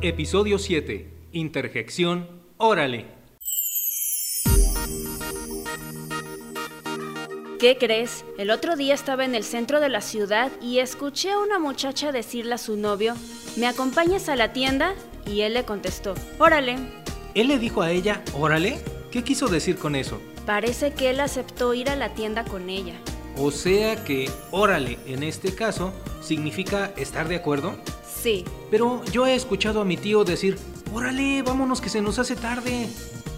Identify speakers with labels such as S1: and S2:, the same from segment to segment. S1: Episodio 7. Interjección. Órale.
S2: ¿Qué crees? El otro día estaba en el centro de la ciudad y escuché a una muchacha decirle a su novio, ¿me acompañas a la tienda? Y él le contestó, órale.
S1: Él le dijo a ella, órale. ¿Qué quiso decir con eso?
S2: Parece que él aceptó ir a la tienda con ella.
S1: O sea que órale en este caso significa estar de acuerdo.
S2: Sí,
S1: Pero yo he escuchado a mi tío decir, órale, vámonos que se nos hace tarde.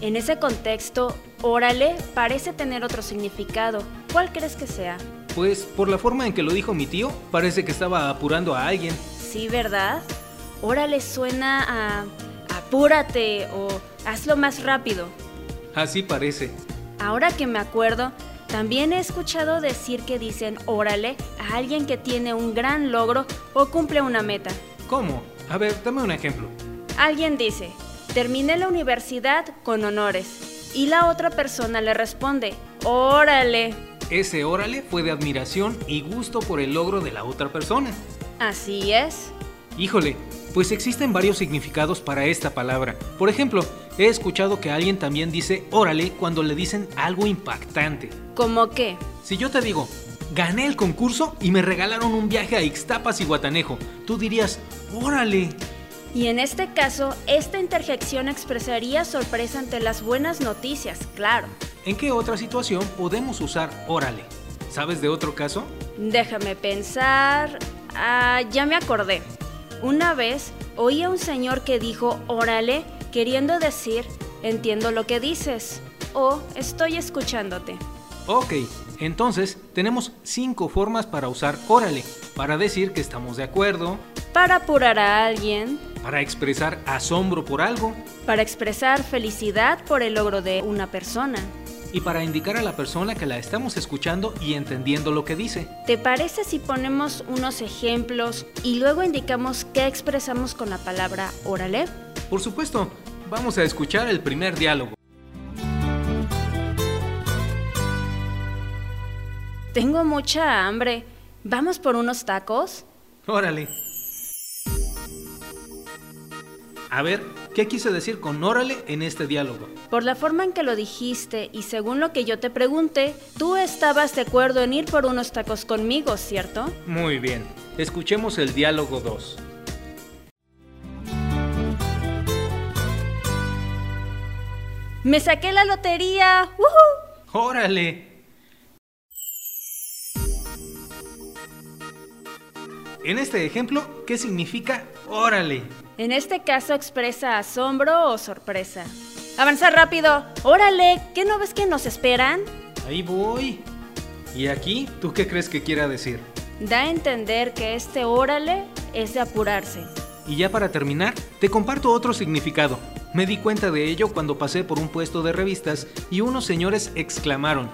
S2: en ese contexto, órale parece tener otro significado. ¿Cuál crees que sea?
S1: Pues por la forma en que lo dijo mi tío, parece que estaba apurando a alguien.
S2: Sí, ¿verdad? Órale suena a apúrate o hazlo más rápido.
S1: Así parece.
S2: Ahora que me acuerdo, también he escuchado decir que dicen órale a alguien que tiene un gran logro o cumple una meta.
S1: ¿Cómo? A ver, dame un ejemplo.
S2: Alguien dice, terminé la universidad con honores. Y la otra persona le responde, órale.
S1: Ese órale fue de admiración y gusto por el logro de la otra persona.
S2: Así es.
S1: Híjole, pues existen varios significados para esta palabra. Por ejemplo, he escuchado que alguien también dice órale cuando le dicen algo impactante.
S2: ¿Cómo qué?
S1: Si yo te digo, gané el concurso y me regalaron un viaje a Ixtapas y Guatanejo, tú dirías, órale.
S2: Y en este caso, esta interjección expresaría sorpresa ante las buenas noticias, claro.
S1: ¿En qué otra situación podemos usar órale? ¿Sabes de otro caso?
S2: Déjame pensar. Ah, ya me acordé. Una vez oí a un señor que dijo órale, queriendo decir entiendo lo que dices o estoy escuchándote.
S1: Ok, entonces tenemos cinco formas para usar órale, para decir que estamos de acuerdo,
S2: Para apurar a alguien,
S1: para expresar asombro por algo
S2: para expresar felicidad por el logro de una persona.
S1: y para indicar a la persona que la estamos escuchando y entendiendo lo que dice.
S2: ¿Te parece si ponemos unos ejemplos y luego indicamos qué expresamos con la palabra órale?
S1: Por supuesto, vamos a escuchar el primer diálogo.
S2: Tengo mucha hambre. ¿Vamos por unos tacos?
S1: Órale. A ver, ¿qué quise decir con órale en este diálogo?
S2: Por la forma en que lo dijiste y según lo que yo te pregunté, tú estabas de acuerdo en ir por unos tacos conmigo, ¿cierto?
S1: Muy bien, escuchemos el diálogo 2.
S2: Me saqué la lotería. ¡Woohoo!
S1: Órale. En este ejemplo, ¿qué significa órale?
S2: En este caso expresa asombro o sorpresa. Avanza rápido. Órale, ¿qué no ves que nos esperan?
S1: Ahí voy. ¿Y aquí tú qué crees que quiera decir?
S2: Da a entender que este órale es de apurarse.
S1: Y ya para terminar, te comparto otro significado. Me di cuenta de ello cuando pasé por un puesto de revistas y unos señores exclamaron,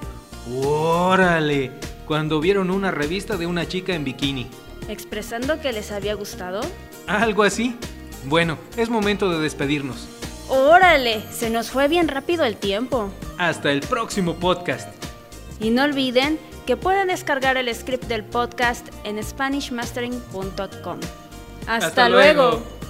S1: ¡Órale! cuando vieron una revista de una chica en bikini.
S2: Expresando que les había gustado.
S1: ¿Algo así? Bueno, es momento de despedirnos.
S2: Órale, se nos fue bien rápido el tiempo.
S1: Hasta el próximo podcast.
S2: Y no olviden que pueden descargar el script del podcast en SpanishMastering.com. ¡Hasta,
S1: Hasta
S2: luego.
S1: luego.